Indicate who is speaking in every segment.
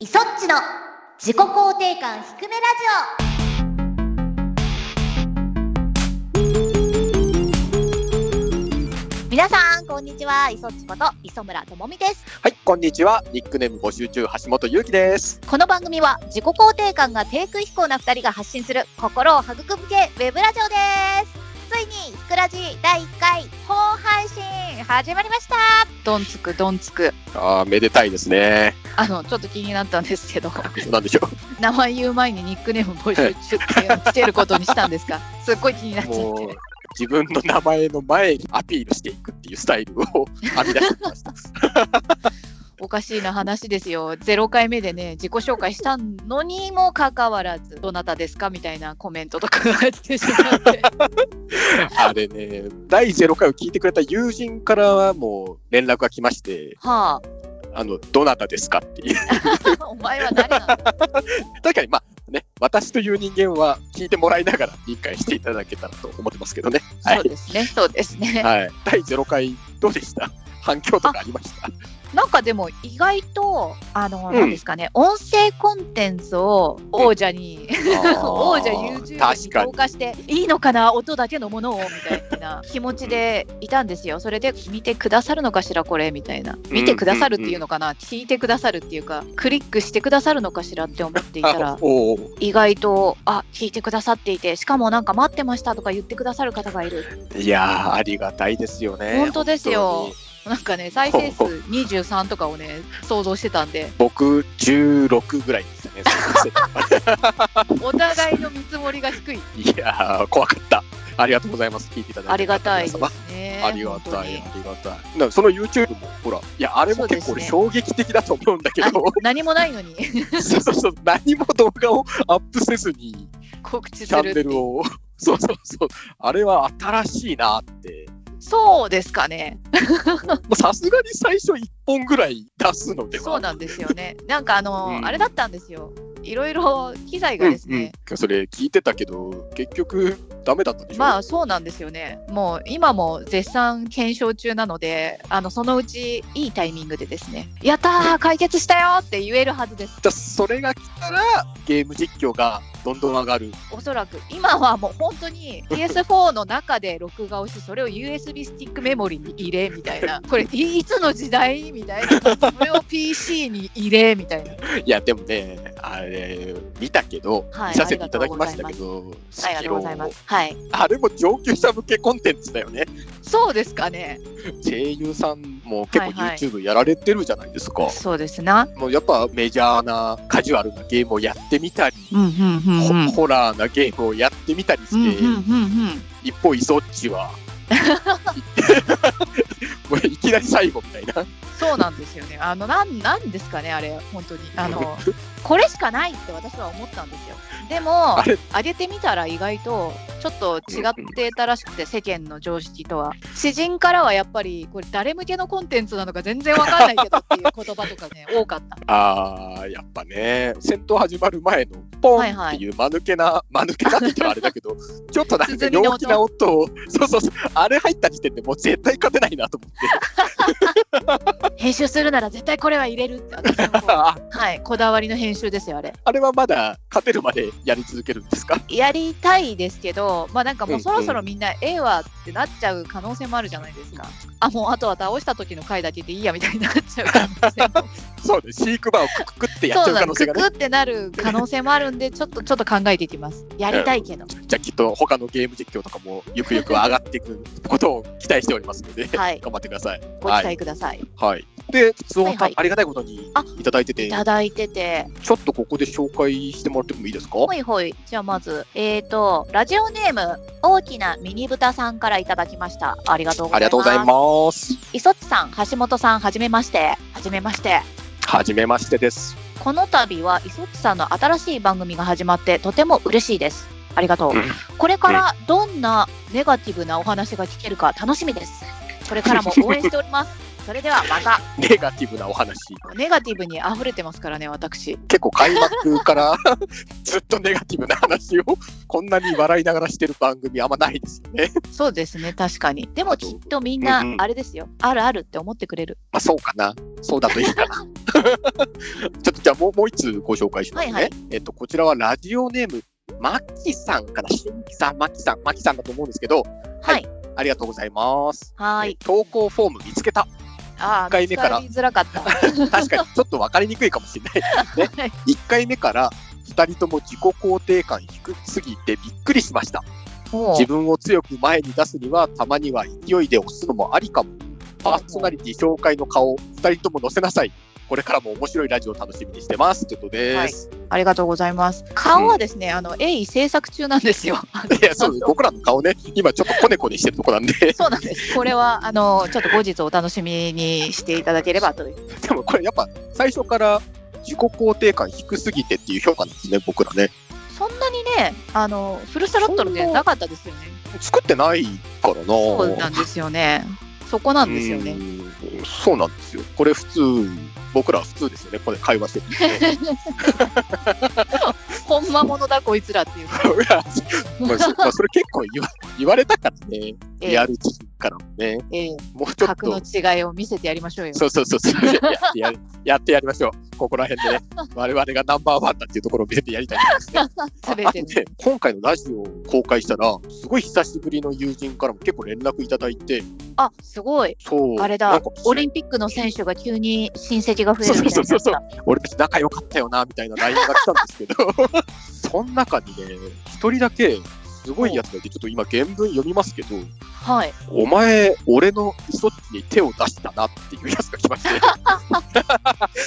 Speaker 1: イソッチの自己肯定感低めラジオ皆さんこんにちはイソッチこと磯村智美です
Speaker 2: はい、こんにちは。ニックネーム募集中、橋本ゆうきです。
Speaker 1: この番組は自己肯定感が低空飛行な二人が発信する心を育む系ウェブラジオですついにひくラジ第1回本配信始まりました
Speaker 3: どんつくどんつく
Speaker 2: ああ、めでたいですね。
Speaker 3: あのちょっと気になったんですけど
Speaker 2: なんでしょ
Speaker 3: 名前言う前にニックネーム募集中っていうのをつけることにしたんですかすっごい気に なっ
Speaker 2: う。
Speaker 3: ち
Speaker 2: も
Speaker 3: ゃっ
Speaker 2: う
Speaker 3: て。
Speaker 2: 自分の名前の前にアピールしていくっていうスタイルを 編み出してきました。
Speaker 3: おかしいな話ですよ0回目でね自己紹介したのにもかかわらずどなたですかみたいなコメントとかが入ってしまって
Speaker 2: あれね、第0回を聞いてくれた友人からはもう連絡が来まして、
Speaker 3: は
Speaker 2: あの、どなたですかっていう。
Speaker 3: あお前は誰なの
Speaker 2: 確かに、まあね、私という人間は聞いてもらいながら理解していただけたらと思ってますけどね。は
Speaker 3: そう
Speaker 2: い。
Speaker 3: ですねそうですね、
Speaker 2: はい、第0回、どうでした反響とかあり ました
Speaker 3: なんかでも意外とあの、
Speaker 2: うん
Speaker 3: なんですかね音声コンテンツを王者に王者 YouTube
Speaker 2: 確
Speaker 3: に
Speaker 2: か
Speaker 3: 投
Speaker 2: に。
Speaker 3: 下していいのかな音だけのものをみたいな気持ちでいたんですよそれで見てくださるのかしらこれみたいな見てくださるっていうのかな、聞いてくださるっていうかクリックしてくださるのかしらって思っていた
Speaker 2: あ
Speaker 3: ら
Speaker 2: おー
Speaker 3: 意外とあ聞いてくださっていてしかもなんか待ってましたとか言ってくださる方がいる
Speaker 2: いやー、ありがたいですよね。
Speaker 3: 本当ですよ
Speaker 2: 本当に
Speaker 3: なんかね再生数23とかをね想像してたんで
Speaker 2: 僕、16ぐらいでしたね。
Speaker 3: お互いの見積もりが低い
Speaker 2: いやー、怖かった。ありがとうございます。聞いていただいて。
Speaker 3: ありがたいです
Speaker 2: 皆様
Speaker 3: ね
Speaker 2: ありが
Speaker 3: 本当
Speaker 2: たい、
Speaker 3: に
Speaker 2: ありがたい。なその YouTube も、ほら、いや、あれも結構、俺
Speaker 3: そ
Speaker 2: 衝撃的だと思うんだけど、
Speaker 3: 何もないのに
Speaker 2: そうそうそう、何も動画をアップせずに、
Speaker 3: 告知
Speaker 2: チ
Speaker 3: す
Speaker 2: ャ
Speaker 3: る
Speaker 2: ン
Speaker 3: っ
Speaker 2: ネ
Speaker 3: て
Speaker 2: ル
Speaker 3: いう
Speaker 2: を、そうそうそう、あれは新しいなって、
Speaker 3: そうですかね
Speaker 2: もうさすがに最初1本ぐらい出すのでは。
Speaker 3: そうなんですよね。なんかあの、
Speaker 2: うん
Speaker 3: あれだったんですよ。いろいろ機材がですね、
Speaker 2: うんうん、それ聞いてたけど結局ダメだったでしょ
Speaker 3: まあそうなんですよね。もう今も絶賛検証中なので、あのそのうちいいタイミングでですね、やったー 解決したよって言えるはずです。
Speaker 2: じゃあそれが来たらゲーム実況がどんどん上がる
Speaker 3: おそらく今はもう本当に PS4 の中で録画をし、それを USB スティックメモリに入れみたい な、これいいつの時代みたいな、それを PC に入れみたいな。
Speaker 2: いやでもねあれ見たけど、
Speaker 3: はい
Speaker 2: 見させていただきましたけど
Speaker 3: ありがとうございます。はい。
Speaker 2: あれも上級者向けコンテンツだよね
Speaker 3: そうですかね。
Speaker 2: 声優さんも結構
Speaker 3: はいはい
Speaker 2: YouTube やられてるじゃないですか、
Speaker 3: そうですな。
Speaker 2: もうやっぱメジャーなカジュアルなゲームをやってみたり、
Speaker 3: うんうんうんうん、
Speaker 2: ホホラーなゲームをやってみたりして、
Speaker 3: うんうんうんうん
Speaker 2: 一方イソッ チは もういきなり最後みたいな
Speaker 3: そうなんですよね。あのなんなんですかねあれ本当にあのこれしかないって私は思ったんですよ。でも
Speaker 2: あれ
Speaker 3: 上げてみたら意外とちょっと違ってたらしくて世間の常識とは詩人からはやっぱりこれ誰向けのコンテンツなのか全然わかんないけどっていう言葉とかね多かった。
Speaker 2: あーやっぱね戦闘始まる前のポン
Speaker 3: は
Speaker 2: っ
Speaker 3: いはい
Speaker 2: ていう間抜けな、間抜けなって言ったらあれだけ どちょっとなんか
Speaker 3: 鼓の音
Speaker 2: 陽気な音をそうそうそうあれ入った時点でもう絶対勝てないなと思って
Speaker 3: 編集するなら絶対これは入れるって私のこう
Speaker 2: あ
Speaker 3: はいこだわりの編集ですよあれ。
Speaker 2: あれはまだ勝てるまでやり続けるんですか
Speaker 3: やりたいですけど、まあなんかもううんそろそろみんな、ええわってなっちゃう可能性もあるじゃないですか。あ、もうあとは倒した時の回だけでいいやみたいになっ ちゃう可能性も
Speaker 2: そうね飼育場をクククってやっち
Speaker 3: そ
Speaker 2: ゃ
Speaker 3: うな
Speaker 2: う可
Speaker 3: の、
Speaker 2: 能
Speaker 3: ク
Speaker 2: 性がね
Speaker 3: クってなる可能性もあるんで、ちょっとちょっと考えていきます。やりたいけど。
Speaker 2: じゃあきっと他のゲーム実況とかもゆくゆくは上がっていくことを期待しておりますので
Speaker 3: はい、
Speaker 2: 頑張ってください
Speaker 3: ご期待ください。
Speaker 2: はいで質問、
Speaker 3: はいはい
Speaker 2: ありがたいことに
Speaker 3: あ
Speaker 2: いただいてて
Speaker 3: いただいてて、
Speaker 2: ちょっとここで紹介してもらってもいいですか
Speaker 1: ほいほい。じゃあまず、えーと、ラジオネーム、大きなミニブタさんからいただきました。ありがとうございます。
Speaker 2: ありがとうございます。
Speaker 1: 磯地さん、橋本さん、はじめまして。はじめまして。
Speaker 2: はじめましてです。
Speaker 1: この度は磯地さんの新しい番組が始まって、とても嬉しいです。ありがとう。
Speaker 2: うん
Speaker 1: これから どんなネガティブなお話が聞けるか楽しみです。これからも応援しております。それではまた
Speaker 2: ネガティブなお話。
Speaker 3: ネガティブに溢れてますからね、私。
Speaker 2: 結構開幕から ずっとネガティブな話をこんなに笑いながらしてる番組あんまないですよね。
Speaker 3: そうですね、確かに。でも
Speaker 2: あと
Speaker 3: きっとみん
Speaker 2: う
Speaker 3: なん
Speaker 2: う、ん
Speaker 3: あれですよ、あるあるって思ってくれる。
Speaker 2: まあそうかな。そうだといいかな。 ちょっとじゃあもうもう一つご紹介しますね。
Speaker 3: はいはい
Speaker 2: えっと、こちらはラジオネーム、マキさんから、新規さん、マキさん、マキさんだと思うんですけど、
Speaker 3: はい。
Speaker 2: ありがとうございます。
Speaker 3: はーい。
Speaker 2: 投稿フォーム見つけた。
Speaker 3: ああ、
Speaker 2: 一回目から
Speaker 3: 見つかりづらか った。
Speaker 2: 確かにちょっと分かりにくいかもしれないですね。
Speaker 3: はい
Speaker 2: 1回目から2人とも自己肯定感低すぎてびっくりしました。
Speaker 3: も
Speaker 2: 自分を強く前に出すにはたまには勢いで押すのもありかも。パーソナリティ紹介の顔2人とも載せなさい。これからも面白いラジオを楽しみにしてます。ということです。
Speaker 3: う、ありがとうございます。顔はですね、あの、鋭意制作中なんですよ。
Speaker 2: い、やそうです僕らの顔ね今ちょっとコネコネしてるとこなんで
Speaker 3: そうなんです。これは、あの、ちょっと後日お楽しみにしていただければという。
Speaker 2: でもこれやっぱ最初から自己肯定感低すぎてっていう評価なんですね僕らね
Speaker 3: そんなにね、あの、フルスロットルでなかったですよね。
Speaker 2: 作ってないからな
Speaker 3: そうなんですよね。そこなんですよね。
Speaker 2: うんそうなんですよ。これ普通、僕らは普通ですよね。これ会話してて。
Speaker 3: ほんまものだこいつらっていう。
Speaker 2: い やまあそまあ、それ結構言わ言われたからね。
Speaker 3: ええ
Speaker 2: リアル知識からもね。
Speaker 3: ええ
Speaker 2: もうちょっ
Speaker 3: 格
Speaker 2: と
Speaker 3: の。違いを見せてやりましょうよ。
Speaker 2: そうそうそうそうやってや。やってやりましょう。ここら辺でね。我々がナンバーワンだっていうところを見せてやり たいですね。
Speaker 3: すべ
Speaker 2: あ
Speaker 3: て
Speaker 2: で
Speaker 3: の
Speaker 2: 今回のラジオを公開したら、すごい久しぶりの友人からも結構連絡いただいて、
Speaker 3: あ、すごい。
Speaker 2: そう。
Speaker 3: あれ
Speaker 2: な
Speaker 3: だ
Speaker 2: んか。
Speaker 3: オリンピックの選手が急に親戚が増えるみたいになった。
Speaker 2: そうそうそうそう俺たち仲良かったよなみたいな LINE が来たんですけ どその中にね一人だけすごいやつがいてちょっと今原文読みますけど
Speaker 3: はい。
Speaker 2: 「お前俺のイソッチに手を出したな」っていうやつが来 まして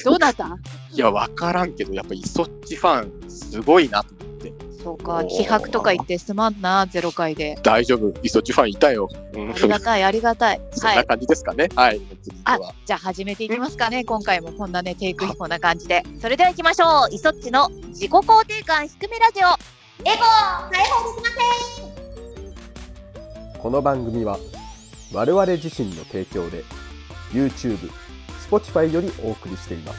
Speaker 3: どうだった？
Speaker 2: いや分からんけどやっぱイソッチファンすごいなと思って
Speaker 3: そうか。気迫とか言ってすまんなゼロ回で。
Speaker 2: 大丈夫イソッチファンいたよ、うん
Speaker 3: ありがたいありがたい。
Speaker 2: そん
Speaker 3: は。
Speaker 2: ない感じですかねはい、本当に今日は
Speaker 3: じゃあ始めていきますかね。今回もこんなねテイクこんな感じで。
Speaker 1: それでは行きましょうイソッチの自己肯定感低めラジオエゴを解放できません
Speaker 4: この番組は我々自身の提供で YouTube、Spotify よりお送りしています。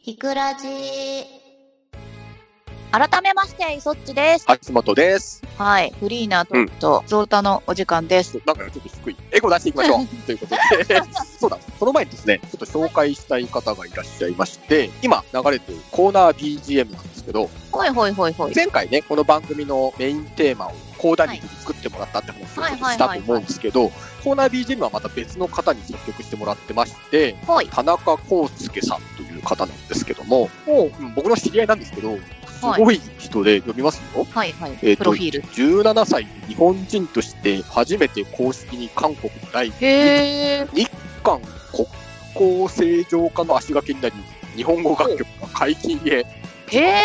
Speaker 1: ひくらじ改めましてイソッチです
Speaker 2: 秋元です
Speaker 3: はい。フリーなトークとゾータのお時間です。
Speaker 2: なんかちょっと低いエゴ出していきましょうということで そうだその前にですねちょっと紹介したい方がいらっしゃいまして今流れてるコーナー BGM なんですけど
Speaker 3: ほいほいほいほい。
Speaker 2: 前回ねこの番組のメインテーマをコーダニティに作ってもらったって話をちょっとしたと思うんですけどコーナー BGM はまた別の方に作曲してもらってまして
Speaker 1: ほい
Speaker 2: 田中康介さんという方なんですけども
Speaker 3: ほう。
Speaker 2: うん僕の知り合いなんですけどす
Speaker 3: はい
Speaker 2: ごい人で読みますよ。
Speaker 3: はいはい。
Speaker 2: えーと
Speaker 3: プロフィール。
Speaker 2: 17歳で日本人として初めて公式に韓国のライブ
Speaker 3: へえ。
Speaker 2: 韓国交正常化の足掛けになり日本語楽曲が解禁へ
Speaker 3: へえ。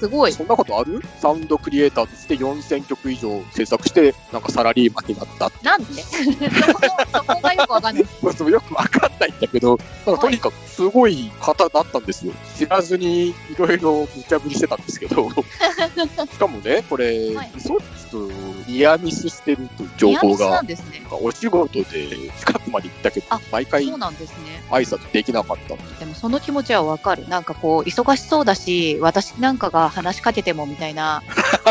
Speaker 3: すごい。
Speaker 2: そんなことあるサウンドクリエイターとして4000曲以上制作してなんかサラリーマンになったって
Speaker 3: なん で？ そこそこがよくわかんない。
Speaker 2: それよくわかんないんだけどなんかとにかくすごい方だったんですよ知らずにいろいろ無茶ぶりしてたんですけ どしかもねこれ、
Speaker 3: はい
Speaker 2: リソッチとニアミスしてるという情
Speaker 3: ニア
Speaker 2: 報
Speaker 3: ミスな
Speaker 2: が
Speaker 3: んですね。
Speaker 2: お仕事で近くまで行ったけど
Speaker 3: あ
Speaker 2: 毎回
Speaker 3: そう
Speaker 2: 挨
Speaker 3: なんですね。
Speaker 2: 拶できなかった
Speaker 3: でもその気持ちはわかる。なんかこう忙しそうだし、私なんかが話しかけてもみたい な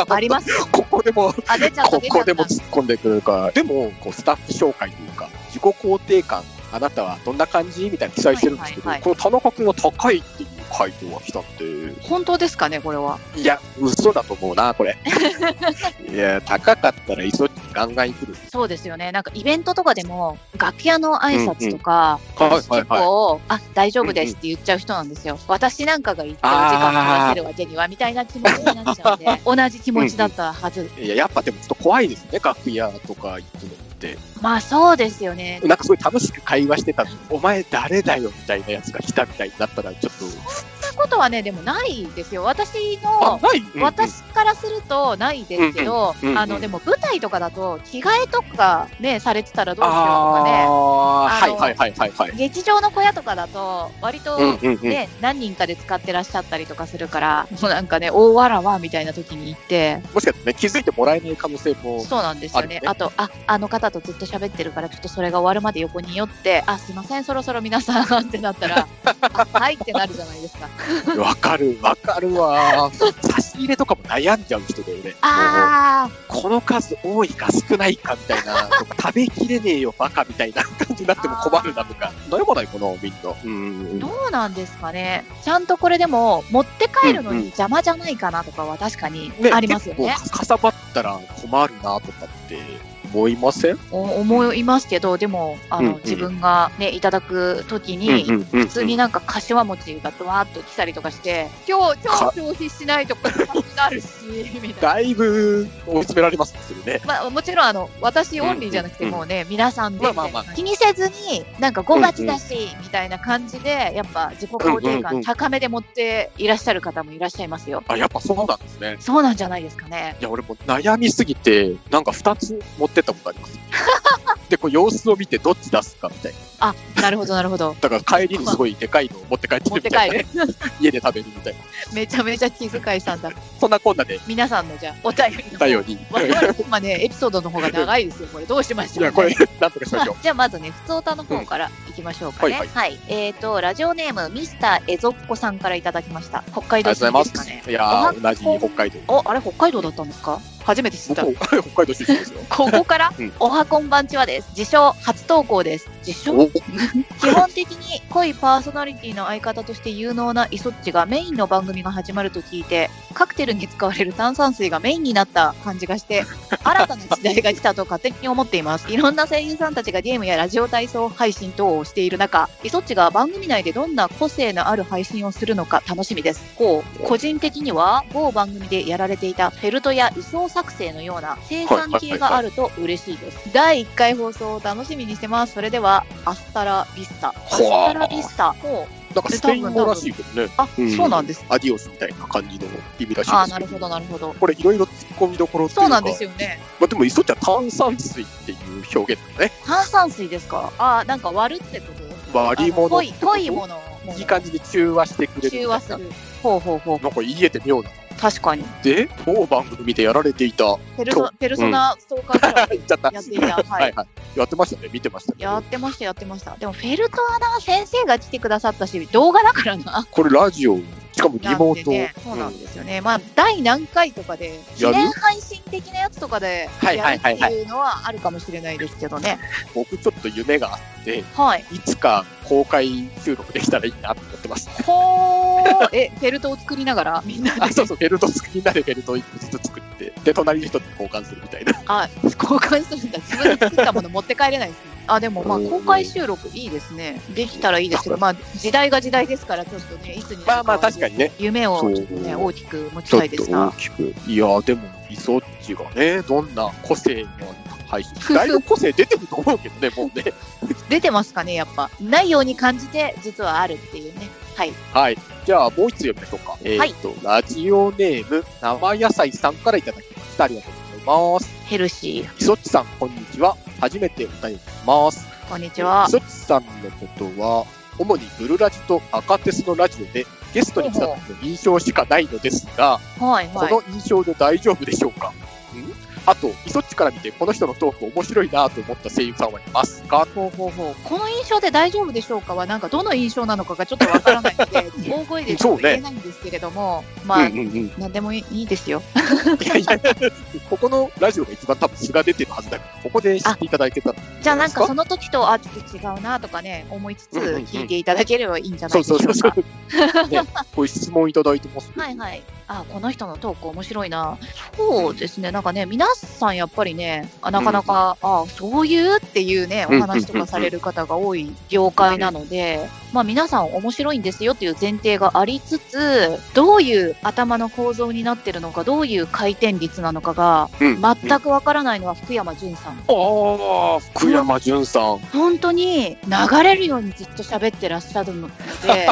Speaker 3: ありますよ。
Speaker 2: ここでも
Speaker 3: あ出ちゃった
Speaker 2: こ
Speaker 3: 出ちゃ
Speaker 2: こ
Speaker 3: っ
Speaker 2: でも
Speaker 3: た。
Speaker 2: 突っ込んでくるから、 でもこうスタッフ紹介というか、自己肯定感、あなたはどんな感じみたいな記載してるんですけど、
Speaker 3: はいはい
Speaker 2: この田中君は高いっていう回答が来たん
Speaker 3: 本当ですかねこれは。
Speaker 2: で、いや、嘘だと思うな、これ。 いや、高かったら、いそっちガンガン来る。
Speaker 3: そうですよね。なんかイベントとかでも楽屋の挨拶とか、
Speaker 2: うんうん
Speaker 3: 私結
Speaker 2: はい
Speaker 3: 構あ大丈夫ですって言っちゃう人なんですよ。私なんかが言ってお時間取らせるわけにはみたいな気持ちになっちゃうんで、 同じ気持ちだったはず。
Speaker 2: いや、やっぱでもちょっと怖いですね、楽屋とか行くのって。
Speaker 3: まあそうですよね。
Speaker 2: なんかすごい楽しく会話してたのにお前誰だよみたいなやつが来たみたいになったら、ちょっと、
Speaker 3: ことはね、でもないですよ。私
Speaker 2: あ
Speaker 3: の、
Speaker 2: ない、うんうん
Speaker 3: 私からするとないですけど
Speaker 2: うんうんうんう、ん
Speaker 3: あの、でも舞台とかだと、着替えとかね、されてたらどうしようとかね。あ
Speaker 2: あー
Speaker 3: の
Speaker 2: はいはいはいはいはい。
Speaker 3: 劇場の小屋とかだと、割と
Speaker 2: うんうんうん。
Speaker 3: ね、何人かで使ってらっしゃったりとかするから、もうなんかね、大わらわみたいな時に行って、
Speaker 2: もしかしてね、気づいてもらえない可能性 も。
Speaker 3: そうなんですよ
Speaker 2: ある
Speaker 3: ね
Speaker 2: ね。
Speaker 3: あと、あ、あの方とずっと喋ってるから、ちょっとそれが終わるまで横に寄って、あ、すいません、そろそろ皆さん ってなったら、あはいってなるじゃない ですか。
Speaker 2: わかる、わかるわ。差し入れとかも悩んじゃう人だよね。
Speaker 3: あ
Speaker 2: この数多いか少ないかみたい な、とか食べきれねえよバカみたいな感じになっても困るなとか、悩まないかな、みんな。うんうん
Speaker 3: ー、
Speaker 2: うん。
Speaker 3: どうなんですかね。ちゃんとこれでも、持って帰るの
Speaker 2: うんうん
Speaker 3: に邪魔じゃないかなとかは確かにありますよね。
Speaker 2: 結構かさばったら困るなとかって思いません
Speaker 3: お思いますけど、でも、あの、
Speaker 2: うんうん
Speaker 3: 自分がね、いただく時に、
Speaker 2: 普
Speaker 3: 普通になんか柏餅がドワーッと来たりとかして、今日、今日
Speaker 2: か
Speaker 3: 消費しないとこになるし、みたいな。
Speaker 2: だいぶ追い詰められますよね。
Speaker 3: まあ、もちろんあの私オンリーじゃなくて、
Speaker 2: うんうん
Speaker 3: もうね、皆さんで、
Speaker 2: まあまあまあ
Speaker 3: 気にせずに、なんか5月だし、みたいな感じで、やっぱ自己肯定
Speaker 2: うんうんう
Speaker 3: 感
Speaker 2: ん
Speaker 3: 高めで持っていらっしゃる方もいらっしゃいますよ。
Speaker 2: あ、やっぱそうなんですね。
Speaker 3: そうなんじゃないですかね。
Speaker 2: いや、俺も悩みすぎて、なんか2つ持ってったことあ ります。で、こう様子を見てどっち出すかみたいな。
Speaker 3: あなるほど、なるほど。
Speaker 2: だから帰りにすごいでかいのを持って帰って
Speaker 3: 持っ
Speaker 2: る
Speaker 3: て
Speaker 2: みた
Speaker 3: 帰
Speaker 2: いな、
Speaker 3: る
Speaker 2: ね。。家で食べるみたいな。
Speaker 3: めちゃめちゃ気遣いさんだ。
Speaker 2: そんなこんなで
Speaker 3: 皆さんのじゃあ、お便りの。
Speaker 2: 頼りに。
Speaker 3: 我々今ね、エピソードの方が長いですよ。これどうしまし
Speaker 2: い
Speaker 3: ょう、ね。
Speaker 2: や、これ、なんとかしましょう。
Speaker 1: じゃあまずね、普通歌の方からいきましょうかね。
Speaker 2: う
Speaker 1: は、
Speaker 2: んはいい
Speaker 1: えっ、と、ラジオネーム、ミスターエゾッコさんからいただきました。
Speaker 3: 北海
Speaker 2: あり
Speaker 3: 道
Speaker 2: がとう
Speaker 3: 出
Speaker 2: ご
Speaker 3: 身
Speaker 2: ざ
Speaker 3: で
Speaker 2: い
Speaker 3: す
Speaker 2: ま
Speaker 3: か
Speaker 2: す。
Speaker 3: ね。
Speaker 2: いやー、同じ北海道。
Speaker 3: お、あれ北海道だったんですか初めて知った。
Speaker 2: 僕、北海道出身ですよ。
Speaker 3: ここから、
Speaker 2: うん
Speaker 3: おはこんばんちはです。自称、初投稿です。自称
Speaker 2: お
Speaker 3: 基本的に濃いパーソナリティの相方として有能なイソッチがメインの番組が始まると聞いて、カクテルに使われる炭酸水がメインになった感じがして、新たな時代が来たと勝手に思っています。いろんな声優さんたちがゲームやラジオ体操配信等をしている中、イソッチが番組内でどんな個性のある配信をするのか楽しみです。こう、個人的には某番組でやられていたフェルトや位相作成のような生産系があると嬉しいです。第1回放送を楽しみにしてます。それでは、アスタラビスタ。アス
Speaker 2: ほわ
Speaker 3: タラビスタ。ほう
Speaker 2: なんかスペイン語らしいけどね。
Speaker 3: あ、
Speaker 2: うん
Speaker 3: そうなんです。
Speaker 2: アディオスみたいな感じの意味らしいですけど。
Speaker 3: あー、なるほど、なるほど。
Speaker 2: これいろいろ突っ込みどころっていうか
Speaker 3: そうなんですよね。
Speaker 2: まあ、でも磯ちゃん炭酸水っていう表現だね
Speaker 3: 炭酸水ですかあー、なんか割るってこと
Speaker 2: 割り物
Speaker 3: あの濃
Speaker 2: っ
Speaker 3: い、
Speaker 2: てこと
Speaker 3: 濃いものを。
Speaker 2: いい感じで中和してくれる
Speaker 3: 中和する。ほうほうほう。
Speaker 2: なんか言えて妙だ
Speaker 3: 確かに。
Speaker 2: で当番組でやられていた や
Speaker 3: ペルソペルソナストーカーぐらい
Speaker 2: っちゃった
Speaker 3: やっていた。
Speaker 2: は
Speaker 3: はい
Speaker 2: い。はいやってましたね見てましたね
Speaker 3: やってました、やってました。でも、フェルトはな、先生が来てくださったし、動画だからな。
Speaker 2: これラジオしかもリモート、
Speaker 3: なんでねそうなんですよね。まあ、第何回とかで、記
Speaker 2: やる
Speaker 3: 念配信的なやつとかで、
Speaker 2: はいは
Speaker 3: や
Speaker 2: い
Speaker 3: るって
Speaker 2: はいはい
Speaker 3: いうのはあるかもしれないですけどね。
Speaker 2: 僕ちょっと夢があって
Speaker 3: はい。
Speaker 2: いつか公開収録できたらいいなと思ってます
Speaker 3: ほー。え、フェルトを作りながら、みんなで
Speaker 2: あ、そうそう、フェルト作りになるフェルトをずつ作って、で、隣の人と交換するみたいな。
Speaker 3: あ、公開するんだ。自分で作ったもの持って帰れないですね。あ、でもまあ
Speaker 2: うん
Speaker 3: 公開収録いいですね。できたらいいですけど、まあ時代が時代ですから、ちょっとね、いつになるか
Speaker 2: まあまあ、
Speaker 3: は
Speaker 2: 確かにね。
Speaker 3: 夢を
Speaker 2: そう
Speaker 3: ちょっとね、大きく持
Speaker 2: ち
Speaker 3: ち
Speaker 2: ょ
Speaker 3: た
Speaker 2: っ
Speaker 3: いで
Speaker 2: と
Speaker 3: すな
Speaker 2: 大。きく。いやー、でも、イソッチがね、どんな個性の 配信、だいぶ個性出てると思うけどね、もうね。
Speaker 3: 出てますかね、やっぱ。ないように感じて、実はあるっていうね。はい。
Speaker 2: はい。じゃあ、もう一つ読みましょうか。えっ、と、ラジオネーム、生野菜さんからいただきました。ありがとうございます。
Speaker 3: ヘルシ
Speaker 2: イソッチさん、こんにちは。初めてお便りします。
Speaker 3: ー。こんにちは
Speaker 2: イ。ソッチさんのことは、主にブルラジと赤テスのラジオで、ゲストに来た時の印象しかないのですが、
Speaker 3: はいはい。
Speaker 2: この印象で大丈夫でしょうか、んあと、イソッチから見て、この人のトーク面白いなと思った声優さんはいますか
Speaker 3: ほうほうほうこの印象で大丈夫でしょうかは、なんかどの印象なのかがちょっとわからないので、大声でちょっと言えないんですけれども、まあ、
Speaker 2: うんうんうん、い
Speaker 3: なんでもいいですよ。
Speaker 2: やいや、ここのラジオが一番多分素が出てるはずだから、ここで知っていただけたら、
Speaker 3: じゃあなんかその時とあちょっと違うなとかね思いつつ
Speaker 2: うんうんうん
Speaker 3: 聞いていただければいいんじゃな
Speaker 2: そ
Speaker 3: いうでしょ
Speaker 2: そうう
Speaker 3: か。
Speaker 2: そうそう、ね、こういう質問いただいてます、
Speaker 3: はいはい。あこの人のトーク面白いな。そうですねなんかね皆さんやっぱりねあなかなか、あそういうっていうねお話とかされる方が多い業界なので、まあ皆さん面白いんですよっていう前提がありつつどういう頭の構造になってるのかどういう回転率なのかが
Speaker 2: うん
Speaker 3: 全くわからないのは福山潤さん。
Speaker 2: ああ、福山潤さん、
Speaker 3: 本当に流れるようにずっと喋ってらっしゃるので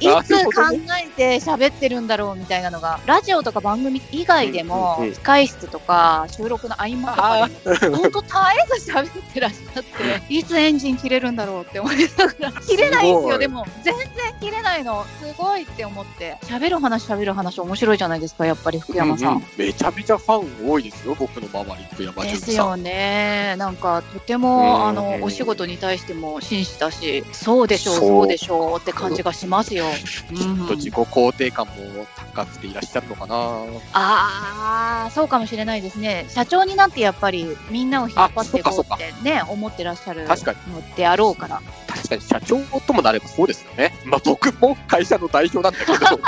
Speaker 3: い
Speaker 2: な
Speaker 3: つ
Speaker 2: るほ
Speaker 3: 考
Speaker 2: どね
Speaker 3: えて喋ってるんだろうみたいなのがラジオとか番組以外でも
Speaker 2: うんうんうん
Speaker 3: 控え室とか収録の合間とかでも本当絶えず喋ってらっしゃっていつエンジン切れるんだろうって思いながら切れないんです
Speaker 2: すご
Speaker 3: よ
Speaker 2: い
Speaker 3: でも全然切れないのすごいって思って喋る話喋る話面白いじゃないですかやっぱり福山さん。
Speaker 2: うんうんめちゃめちゃファン多いですよ、僕の周り、福山
Speaker 3: で
Speaker 2: 潤
Speaker 3: す
Speaker 2: さん。
Speaker 3: よね。なんかとて
Speaker 2: うん
Speaker 3: もあのお仕事に対しても真摯だし、そうでしょう、
Speaker 2: そう
Speaker 3: そうでしょうって感じがしますよ。
Speaker 2: きっと自己肯定感も高くていらっしゃるのかな。
Speaker 3: ああ、そうかもしれないですね。社長になってやっぱりみんなを引っ張ってい
Speaker 2: あ
Speaker 3: こ
Speaker 2: そうっか
Speaker 3: ってね思ってらっしゃる
Speaker 2: 確か
Speaker 3: のであろうから。
Speaker 2: 確かに社長ともなればそうですよね。まあ僕も会社の代表な んだけど。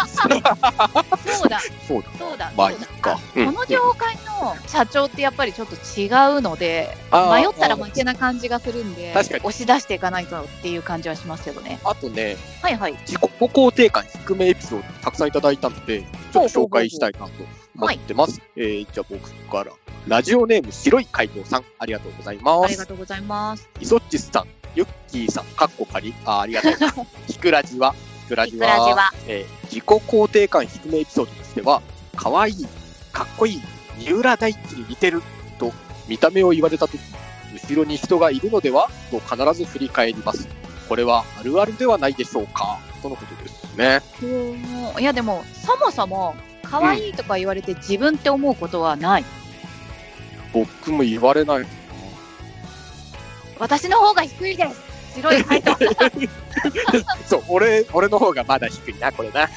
Speaker 3: そうだ、
Speaker 2: そうだ。
Speaker 3: そうだ、
Speaker 2: まあ
Speaker 3: そうだ
Speaker 2: いいか
Speaker 3: あ
Speaker 2: うん
Speaker 3: この業界の社長ってやっぱりちょっと違うので、
Speaker 2: あー
Speaker 3: 迷ったら負けな感じがするんで、
Speaker 2: 確かに
Speaker 3: 押し出していかないとっていう感じはしますけどね。
Speaker 2: あとね、
Speaker 3: はいはい。
Speaker 2: 自己肯定感低めエピソードたくさんいただいたので、ちょっと紹介したいなと思ってます。えーじゃあ僕から。ラジオネーム白い怪盗さん、ありがとうございま
Speaker 3: ありが
Speaker 2: す。
Speaker 3: とうございます。
Speaker 2: イソッチスさん、ユッキーさん、かっこかり、あーありがとうございます。キクラジは、キクラ
Speaker 1: い
Speaker 2: ジ
Speaker 1: くらじ
Speaker 2: は、
Speaker 1: は。
Speaker 2: えー自己肯定感低めエピソードとしては、可愛いかっこいい、三浦大知に似てると見た目を言われたとき、後ろに人がいるのではと必ず振り返ります。これはあるあるではないでしょうかとのことですね。
Speaker 3: いやでもそもそも可愛いとか言われて自分って思うことはない。
Speaker 2: 僕も言わ れない。
Speaker 1: 私の方が低いです。白い回答。
Speaker 2: そう、俺、俺の方がまだ低いな、これ な。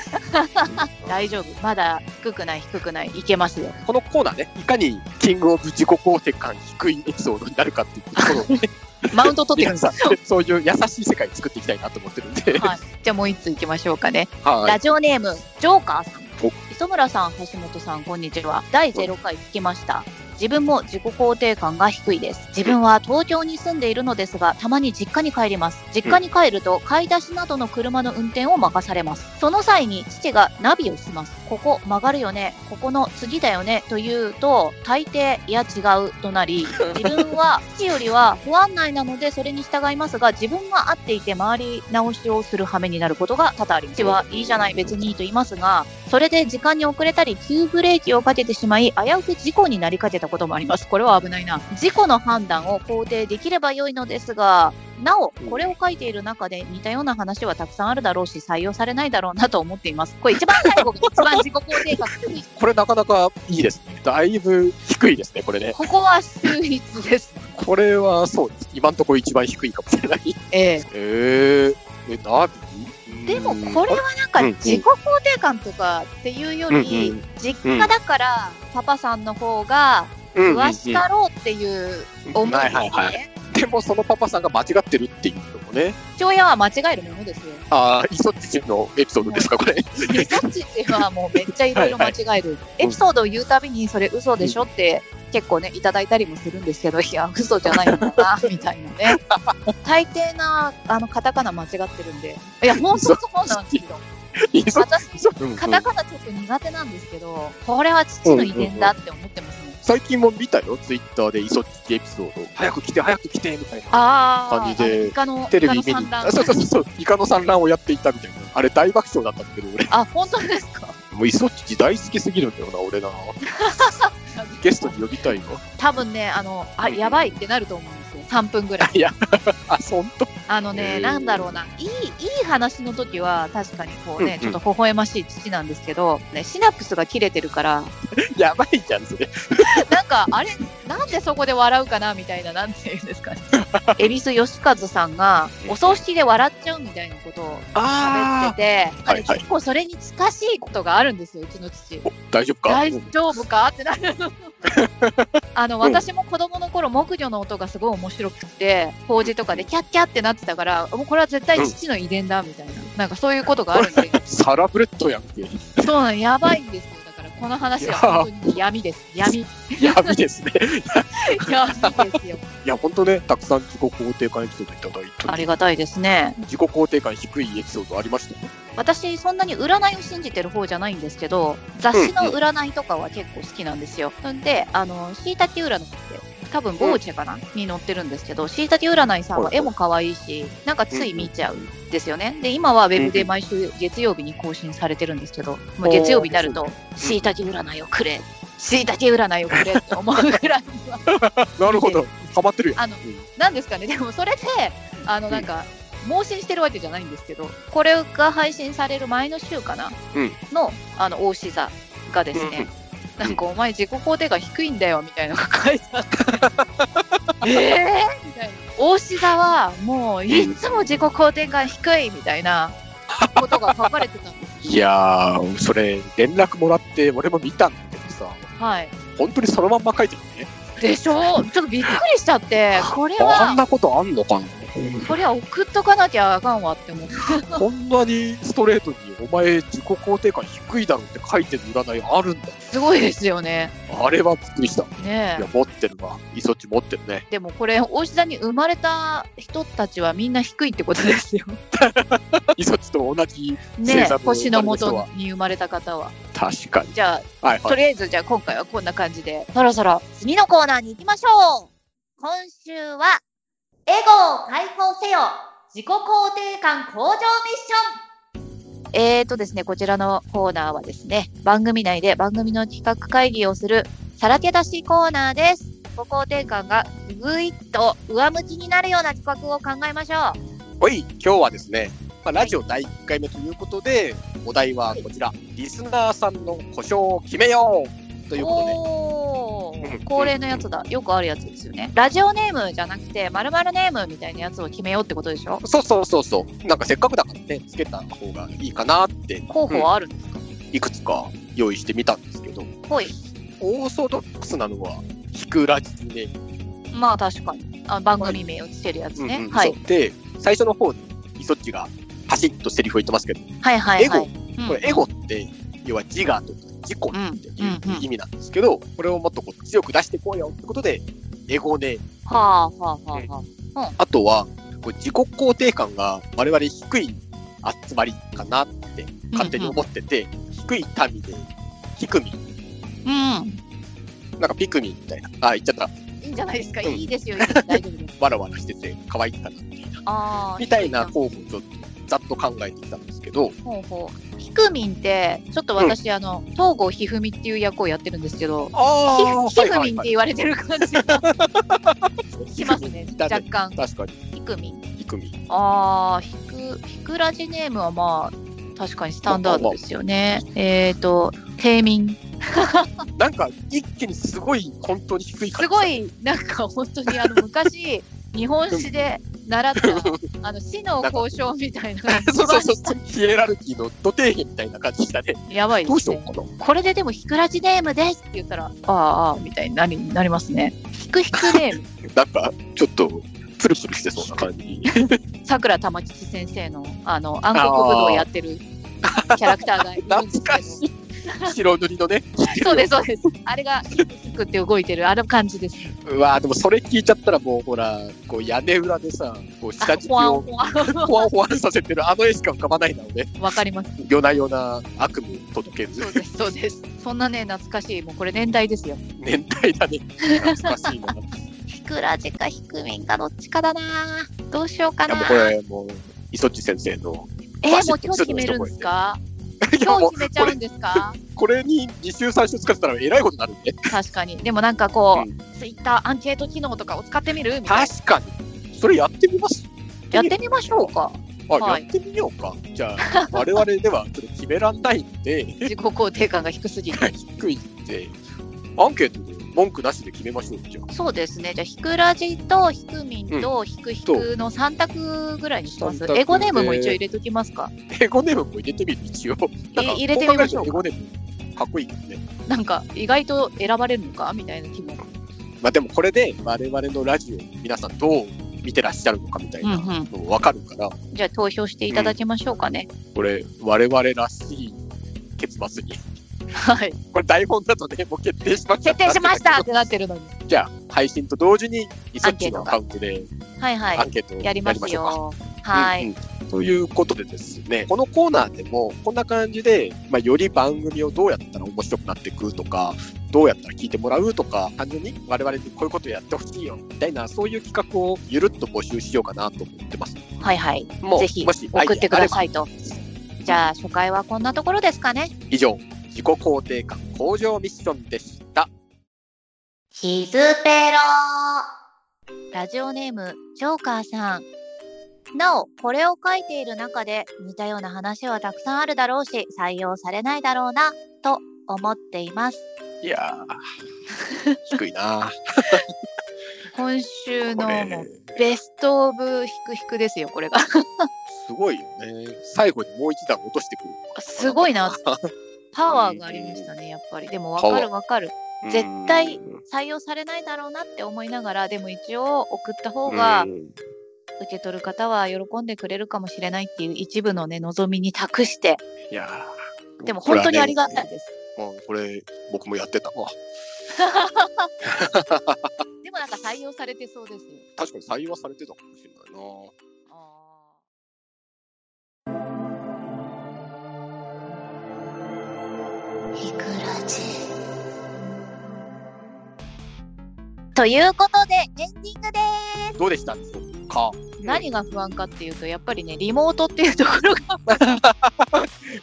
Speaker 3: 大丈 夫。まだ低くない低くないいけますよ。
Speaker 2: このコーナーね、いかにキングオブ自己肯定感低いエピソードになるかっていうところをね、
Speaker 3: マウント取ってく
Speaker 2: 皆
Speaker 3: るん
Speaker 2: さ
Speaker 3: で
Speaker 2: ん
Speaker 3: すよ。、
Speaker 2: そういう優しい世界を作っていきたいなと思ってるんで。
Speaker 3: はい、じゃあもう一通いきましょうかね。
Speaker 2: はい。
Speaker 3: ラジオネームジョーカーさん
Speaker 2: お。
Speaker 3: 磯村さん、橋本さん、こんにちは。第0回聞きました。自分も自己肯定感が低いです。自分は東京に住んでいるのですが、たまに実家に帰ります。実家に帰ると、買い出しなどの車の運転を任されます。その際に父がナビをします。ここ曲がるよね。ここの次だよね。というと、大抵、いや違うとなり、自分は父よりは不安内なのでそれに従いますが自分が合っていて回り直しをする羽目になることが多々あります父はいいじゃない別にいいと言いますがそれで時間に遅れたり急ブレーキをかけてしまい危うく事故になりかけたこともありますこれは危ないな事故の判断を肯定できれば良いのですがなおこれを書いている中で似たような話はたくさんあるだろうし採用されないだろうなと思っていますこれ一番最後が一番自己肯定感低い
Speaker 2: これなかなかいいですね。だいぶ低いですね、これね。
Speaker 3: ここは秀逸です
Speaker 2: これはそうです。今んところ一番低いかもしれない。
Speaker 3: ええ
Speaker 2: えー、え、ナビ
Speaker 3: でもこれはなんか
Speaker 2: うんうん
Speaker 3: 自己肯定感とかっていうよ
Speaker 2: うんう
Speaker 3: り
Speaker 2: ん
Speaker 3: 実家だからパパさんの方が詳しかろうっていう思いで
Speaker 2: は
Speaker 3: す
Speaker 2: いはいはい。
Speaker 3: ね
Speaker 2: でもそのパパさんが間違ってるっていうのもね。
Speaker 3: 父親は間違えるものですよ。
Speaker 2: ああ、イソッチのエピソードですか、こ れ。
Speaker 3: でそっちはもうめっちゃいろいろ間違える。エピソードを言うたびにそれ嘘でしょって結構ねいただいたりもするんですけどいや嘘じゃないんだなみたいな ね。大抵なあのカタカナ間違ってるんでいや本当そうなんですよ。
Speaker 2: イソッ
Speaker 3: 私
Speaker 2: チ
Speaker 3: カタカナちょっと苦手なんですけど、これは父の遺伝だって思ってますね。
Speaker 2: 最近も見たよ、ツイッターでイソッチエピソード。早く来て、早く来て、みたいな。
Speaker 3: ああ、
Speaker 2: 感じで
Speaker 3: あのイカの
Speaker 2: テレ
Speaker 3: イ
Speaker 2: ビ見に
Speaker 3: カ
Speaker 2: 行
Speaker 3: の
Speaker 2: っ
Speaker 3: 産
Speaker 2: た。
Speaker 3: 卵
Speaker 2: あそうそうそうそう、イカの産卵をやっていたみたいな。あれ大爆笑だったんだけど、俺。
Speaker 3: あ、本当ですか。
Speaker 2: もうイソッチ大好きすぎるんだよな、俺な。 ゲストに呼びたいの。
Speaker 3: 多分ね、あの、あ、やばいってなると思うんですよ。3分ぐらい。
Speaker 2: いや、 あ、そんと。
Speaker 3: あのね、
Speaker 2: へー
Speaker 3: なんだろうな、いい、いい話の時は、確かにこうね、
Speaker 2: うんうん
Speaker 3: ちょっと微笑ましい父なんですけど、ね、シナプスが切れてるから、
Speaker 2: やばいじゃん、それ。
Speaker 3: なんか、あれ、なんでそこで笑うかなみたいな、なんていうんです かね。恵比寿義和さんが、お葬式で笑っちゃうみたいなことを喋って
Speaker 2: あ
Speaker 3: て、
Speaker 2: あー
Speaker 3: あ
Speaker 2: はい
Speaker 3: れ
Speaker 2: はい
Speaker 3: 結構それに近しいことがあるんですよ、うちの父。
Speaker 2: あ、大丈夫か
Speaker 3: 大丈夫かってなる あの私も子供の頃木魚の音がすごい面白くて法事とかでキャッキャってなってたからもうこれは絶対父の遺伝だみたいな、なんかそういうことがあるんで
Speaker 2: サラブレッドやんけ。
Speaker 3: そうなんやばいんですよだからこの話は本当に闇です 闇
Speaker 2: やびですね。
Speaker 3: 闇ですよ
Speaker 2: いや、ほんとね、たくさん自己肯定感エピソードいただいて。
Speaker 3: ありがたいですね
Speaker 2: 自己肯定感低いエピソードありました
Speaker 3: 私そんなに占いを信じてる方じゃないんですけど雑誌の占いとかは結構好きなんですよ。んであのしいたけ占いって多分ボーチェかな、に載ってるんですけど、しいたけ占いさんは
Speaker 2: はい
Speaker 3: 絵も可愛いし、なんかつい見ちゃうんですよね。で、今はウェブで毎週月曜日に更新されてるんですけど、もう月曜日になると、しいたけ占いをくれ、しいたけ占いをくれって思うぐらいには
Speaker 2: なるほど。ハマってるやん。
Speaker 3: あの、なんですかね、で もそれで、あの、なんか、盲信してるわけじゃないんですけど、これが配信される前の週かな、
Speaker 2: うん
Speaker 3: の、あの、大志座がですね、
Speaker 2: うん
Speaker 3: なんか、お前自己肯定が低いんだよ、みたいなのが書いてあ って、えーみたいな。大志座は、もう、いつも自己肯定が低い、みたいなことが書かれてたんです。
Speaker 2: いやー、それ、連絡もらって、俺も見たんだけどさ、
Speaker 3: はい。
Speaker 2: 本当にそのまんま書いてるね。
Speaker 3: でしょちょっとびっくりしちゃって、 これ
Speaker 2: あん
Speaker 3: は、
Speaker 2: なことあんのかな
Speaker 3: これは送っとかなきゃあかんわって思って。
Speaker 2: こんなにストレートに、お前自己肯定感低いだろって書いてる占いあるんだ。
Speaker 3: すごいですよね。
Speaker 2: あれはびっくりした。い
Speaker 3: ねえ
Speaker 2: や、持ってるわ。いそっち持ってるね。
Speaker 3: でもこれ大志座に生まれた人たちはみんな低いってことですよ
Speaker 2: いそっちと同じ。
Speaker 3: ね
Speaker 2: 星
Speaker 3: え
Speaker 2: 座の
Speaker 3: 星のもとに生まれた方は
Speaker 2: 確かに。
Speaker 3: じゃ
Speaker 2: はい
Speaker 3: あ
Speaker 2: は
Speaker 3: と
Speaker 2: い。
Speaker 3: りあえずじゃあ今回はこんな感じでそろそろ
Speaker 1: 次のコーナーに行きましょう。今週は、エゴを解放せよ自己肯定感向上ミッシ
Speaker 3: えーとですねこちらのコーナーはですね番組内で番組の企画会議をするさらけ出しコーナーです自己肯定感がぐいっと上向きになるような企画を考えましょう
Speaker 2: おい、今日はですね、まあ、ラジオ第1回目ということで、お題はこちら、リスナーさんの故障を決めようということで、
Speaker 3: お
Speaker 2: うん
Speaker 3: ー恒例のやつだよくあるやつですよねラジオネームじゃなくてまるネームみたいなやつを決めようってことでしょ
Speaker 2: そうそうそうそう、なんかせっかくだからね、つけた方がいいかなって、
Speaker 3: 候補はあるんですか、
Speaker 2: いくつか用意してみたんですけど、
Speaker 3: ほい
Speaker 2: オーソドックスなのは、ヒクラジで、
Speaker 3: まあ確かにあ番組名をつけるやつね、
Speaker 2: うんうん
Speaker 3: はい
Speaker 2: そうで、最初の方に、イソッチがパシッとセリフを言ってますけど、
Speaker 3: はいはいはいうん
Speaker 2: これエゴって要は自我とか自己ってい
Speaker 3: うんうんう
Speaker 2: うん意味なんですけど、これをもっとこう強く出してこうよってことでエゴね
Speaker 3: はあはあはあは
Speaker 2: あとはこう自己肯定感が我々低い集まりかなって勝手に思ってて、低い民で低くみ
Speaker 3: あうん
Speaker 2: なんかピクミンみたいなあ言っちゃった
Speaker 3: いいんじゃないですか、
Speaker 2: うん
Speaker 3: いいですよいいです大丈夫です
Speaker 2: わらわらしてて可愛いかなみたいな
Speaker 3: ああ
Speaker 2: みたいな候補をちょっとざっと考えてきたんですけど
Speaker 3: 方法ひくみんってちょっと私、あの東郷ひふみっていう役をやってるんですけど
Speaker 2: あ
Speaker 3: ひ
Speaker 2: ー
Speaker 3: ひふみんって言われてる感 じがしますね
Speaker 2: ひくみんいた
Speaker 3: 若干
Speaker 2: 確かに
Speaker 3: ひくみん
Speaker 2: ピクミン
Speaker 3: ああ、ひく、ひくラジネームはまあ、確かにスタンダードですよね。えっ、ー、と、低民。
Speaker 2: なんか一気にすごい本当に低い感
Speaker 3: す
Speaker 2: じ
Speaker 3: ごい、なんか本当にあの、昔、日本史で習った、あの、死の交渉みたいな。
Speaker 2: そうそうそう。ヒエラルキーの土底辺みたいな感じだね。
Speaker 3: やばい
Speaker 2: ど
Speaker 3: で
Speaker 2: うし
Speaker 3: す
Speaker 2: よう
Speaker 3: ね。
Speaker 2: かな。
Speaker 3: これででも、ひくラジネームですって言ったら、ああ、ああ、みたいになり、なりますね。ひくひくネーム。
Speaker 2: なんか、ちょっと、プルプルしてそうな感じ。
Speaker 3: さくらたまちち先生の、あの、暗黒武道をやってるキャラクターがいるんですけ
Speaker 2: 懐か
Speaker 3: ど。
Speaker 2: しい。白塗りのね。
Speaker 3: そうです、そうです。あれが、ひくひくって動いてる、あの感じです。
Speaker 2: うわーでもそれ聞いちゃったらもうほら、こう屋根裏でさ、こう下敷き
Speaker 3: ほわん
Speaker 2: を
Speaker 3: ほわん
Speaker 2: ほわんほわんさせてるあの絵しか浮かばないなので、
Speaker 3: わかり ます。
Speaker 2: 夜な夜な悪夢届ける
Speaker 3: そうです、そうです。そんなね、懐かしい、もうこれ年代ですよ。
Speaker 2: 年代だね。懐かしいな。い
Speaker 1: ョン。ひくらじかひくみんかどっちかだなどうしようか
Speaker 2: や
Speaker 1: な
Speaker 2: もうこれ、もう、磯地先生の。
Speaker 3: えー、もう今
Speaker 2: バシ
Speaker 3: 日
Speaker 2: ッと
Speaker 3: 決めるんですか
Speaker 2: いや
Speaker 3: 今
Speaker 2: も
Speaker 3: 日
Speaker 2: う
Speaker 3: 決めちゃうんですか
Speaker 2: これに2週3週使ってたらえらいことになるね。
Speaker 3: 確かに。でもなんかこう、
Speaker 2: うん
Speaker 3: ツイッターアンケート機能とかを使ってみるみたいな。
Speaker 2: 確かに。それやってみます
Speaker 3: やってみましょうか。
Speaker 2: あ、
Speaker 3: はい
Speaker 2: やってみようか。じゃ あ、我々ではちょっと決めらんないんで、
Speaker 3: 自己肯定感が低すぎて。
Speaker 2: 低いって、アンケートで文句なしで決めましょう。じゃあ、
Speaker 3: そうですね。じゃあ、ひくらじとひくみんとひくひくの3択ぐらいにします
Speaker 2: 三。択で
Speaker 3: エゴネームも一応入れときますか。
Speaker 2: エゴネームも入れてみる、一応。なんか
Speaker 3: 入れてみましょう
Speaker 2: こ考えるとエゴネーム、かっこいいけどね。
Speaker 3: なんか、意外と選ばれるのかみたいな気も。
Speaker 2: まあでもこれで、我々のラジオ、皆さんどう見てらっしゃるのかみたい
Speaker 3: うんう。
Speaker 2: なんのわかるから、
Speaker 3: じゃあ、投票していただきましょうかね。
Speaker 2: これ、我々らしい結末に。
Speaker 3: はい。
Speaker 2: これ台本だとね、もう決定しました。
Speaker 3: 決定しました ってなってるのに。
Speaker 2: じゃあ、配信と同時に、イソッチのアカウントで
Speaker 3: はいは
Speaker 2: ア
Speaker 3: い
Speaker 2: ン。ケートを
Speaker 3: やります
Speaker 2: やりましょうか
Speaker 3: よ。
Speaker 1: はい、
Speaker 2: うんうんということでですね、このコーナーでも、こんな感じで、まあ、より番組をどうやったら面白くなっていくとか、どうやったら聞いてもらうとか、単純に我々にこういうことやってほしいよ、みたいな、そういう企画をゆるっと募集しようかなと思ってます。
Speaker 1: はいはい
Speaker 2: もう
Speaker 1: ぜひ
Speaker 2: もし
Speaker 1: 送ってくださいと
Speaker 2: ば
Speaker 1: じゃあ初回はこんなところですかね
Speaker 2: 以上、自己肯定感向上ミッションでした。
Speaker 1: ひずペロラジオネーム、ジョーカーさん。なお、これを書いている中で似たような話はたくさんあるだろうし、採用されないだろうな、と思っています。
Speaker 2: いや ー、低いなー
Speaker 3: 今週
Speaker 2: こ
Speaker 3: の
Speaker 2: れ
Speaker 3: もうベストオブヒクヒクですよこ れが
Speaker 2: すごいよね。最後にもう一段落としてくる。
Speaker 3: すごい なパワーがありましたねやっぱりでもわかるわかる絶対採用されないだろうなって思いながらでも一応送った方が
Speaker 2: うん
Speaker 3: 受け取る方は喜んでくれるかもしれないっていう一部のね望みに託して
Speaker 2: いやー
Speaker 3: でも本当にありがたい
Speaker 2: こ
Speaker 3: です、
Speaker 2: れはねうんこれ僕もやってたわ
Speaker 3: でもなんか採用されてそうですよ
Speaker 2: 確かに採用はされてたかもしれないな
Speaker 1: ひくらじ。ということで、エンディングで
Speaker 2: どうでしたでしょうか
Speaker 3: 何が不安かっていうとやっぱりねリモートっていうところが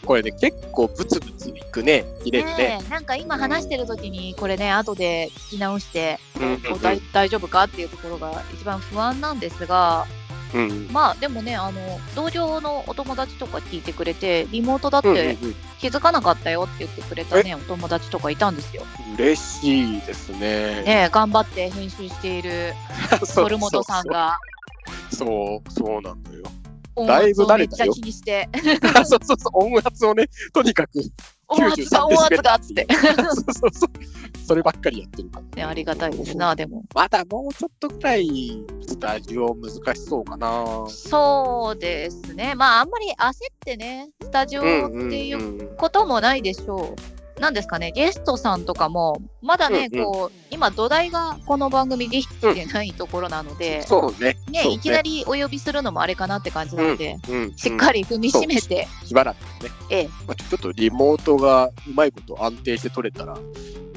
Speaker 2: これね結構ブツブツいくね切れる ね
Speaker 3: ねなんか今話してる時にこれね後で聞き直して
Speaker 2: うん
Speaker 3: お大大丈夫かっていうところが一番不安なんですが
Speaker 2: うんうん
Speaker 3: まあでもねあの同僚のお友達とか聞いてくれてリモートだっ
Speaker 2: うんう
Speaker 3: て
Speaker 2: ん
Speaker 3: 気づかなかったよって言ってくれたねお友達とかいたんですよ。
Speaker 2: うん嬉しいですね
Speaker 3: ねえ頑張って編集しているソルモトさんが
Speaker 2: そうそうなんだよ
Speaker 3: 音
Speaker 2: だい
Speaker 3: 圧
Speaker 2: ぶ
Speaker 3: をめ
Speaker 2: 慣れ
Speaker 3: っち
Speaker 2: た
Speaker 3: ゃ
Speaker 2: よ
Speaker 3: 気に して
Speaker 2: そうそうそう音圧をねとにかく
Speaker 3: 音圧が音圧がっつって
Speaker 2: そうそうそうそればっかりやってるから
Speaker 3: ねありがたいですなでも
Speaker 2: まだもうちょっとぐらいスタジオ難しそうかな
Speaker 3: そうですねまああんまり焦ってねスタジオっていうこともないでしょう。なんですかね、ゲストさんとかも、まだね、
Speaker 2: うんうん
Speaker 3: こう、今、土台がこの番組できてないところなので、
Speaker 2: そうね。
Speaker 3: ね
Speaker 2: そう
Speaker 3: いきなりお呼びするのもあれかなって感じなので、
Speaker 2: うん、
Speaker 3: しっかり踏みしめて、
Speaker 2: しばらくね。
Speaker 3: ええ
Speaker 2: まあ、ちょっとリモートがうまいこと安定して取れたら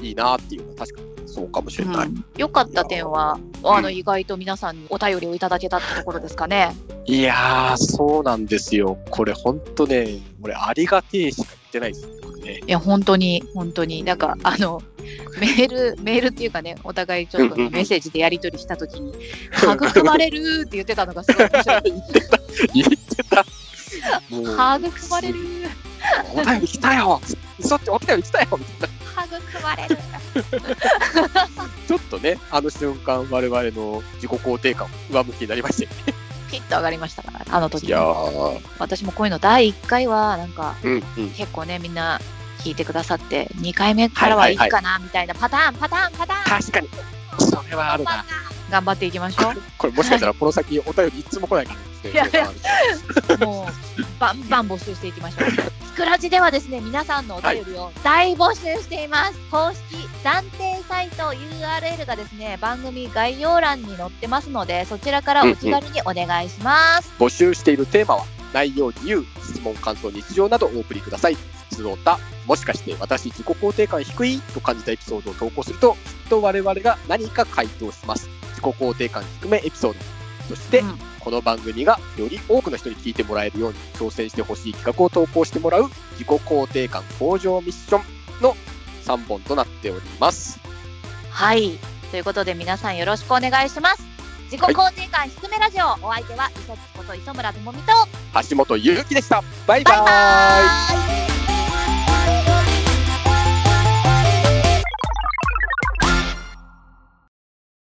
Speaker 2: いいなっていうのは確かにそうかもしれない。
Speaker 3: うん良かった点は、あの、意外と皆さんにお便りをいただけたってところですかね。
Speaker 2: いやー、そうなんですよ。これほんとね、俺ありがてえしか言ってないですよ。これね
Speaker 3: いや、本当に、本当に、なんか、あ の、メール、メールっていうかね、お互いちょっと
Speaker 2: うんうん
Speaker 3: メ
Speaker 2: う
Speaker 3: ッ
Speaker 2: ん
Speaker 3: セージでやり取りしたときに、育まれるって言ってたのがすごい面白い。
Speaker 2: 言ってた、言ってた。も
Speaker 3: 育まれる
Speaker 2: お便り来たよそってお便り来たよみたいな。
Speaker 1: 育まれる。
Speaker 2: ちょっとね、あの瞬間、我々の自己肯定感も上向きになりましたよね。
Speaker 3: ピッと上がりましたから、あの時
Speaker 2: いやー、
Speaker 3: 私もこういうの第1回はなんか
Speaker 2: うんうん。
Speaker 3: 結構ねみんな聞いてくださって2回目からはいいかなみたいなパターンパターンパターン
Speaker 2: 確かに、それはあるな。
Speaker 3: 頑張っていきましょ
Speaker 2: これもしかしたらこの先お便りいつも来ないかもしれない
Speaker 3: いやい うもうバンバン募集していきましょう
Speaker 1: スクラジではですね、皆さんのお便りを大募集しています。公式暫定サイト URL がですね、番組概要欄に載ってますので、そちらからお気軽にお願いします。
Speaker 2: 募集しているテーマは内容自由質問感想日常などお送りください質問たもしかして私自己肯定感低いと感じたエピソードを投稿するときっと我々が何か回答します自己肯定感低めエピソードそして、
Speaker 3: うん
Speaker 2: この番組がより多くの人に聞いてもらえるように挑戦してほしい企画を投稿してもらう自己肯定感向上ミッションの3本となっております
Speaker 1: はい。ということで皆さんよろしくお願いします。自己肯定感低めラジオ、お相手は磯津こと磯村智美と、
Speaker 2: 橋本ゆうきでしたバイバ
Speaker 1: バイ
Speaker 2: イ
Speaker 1: バーイ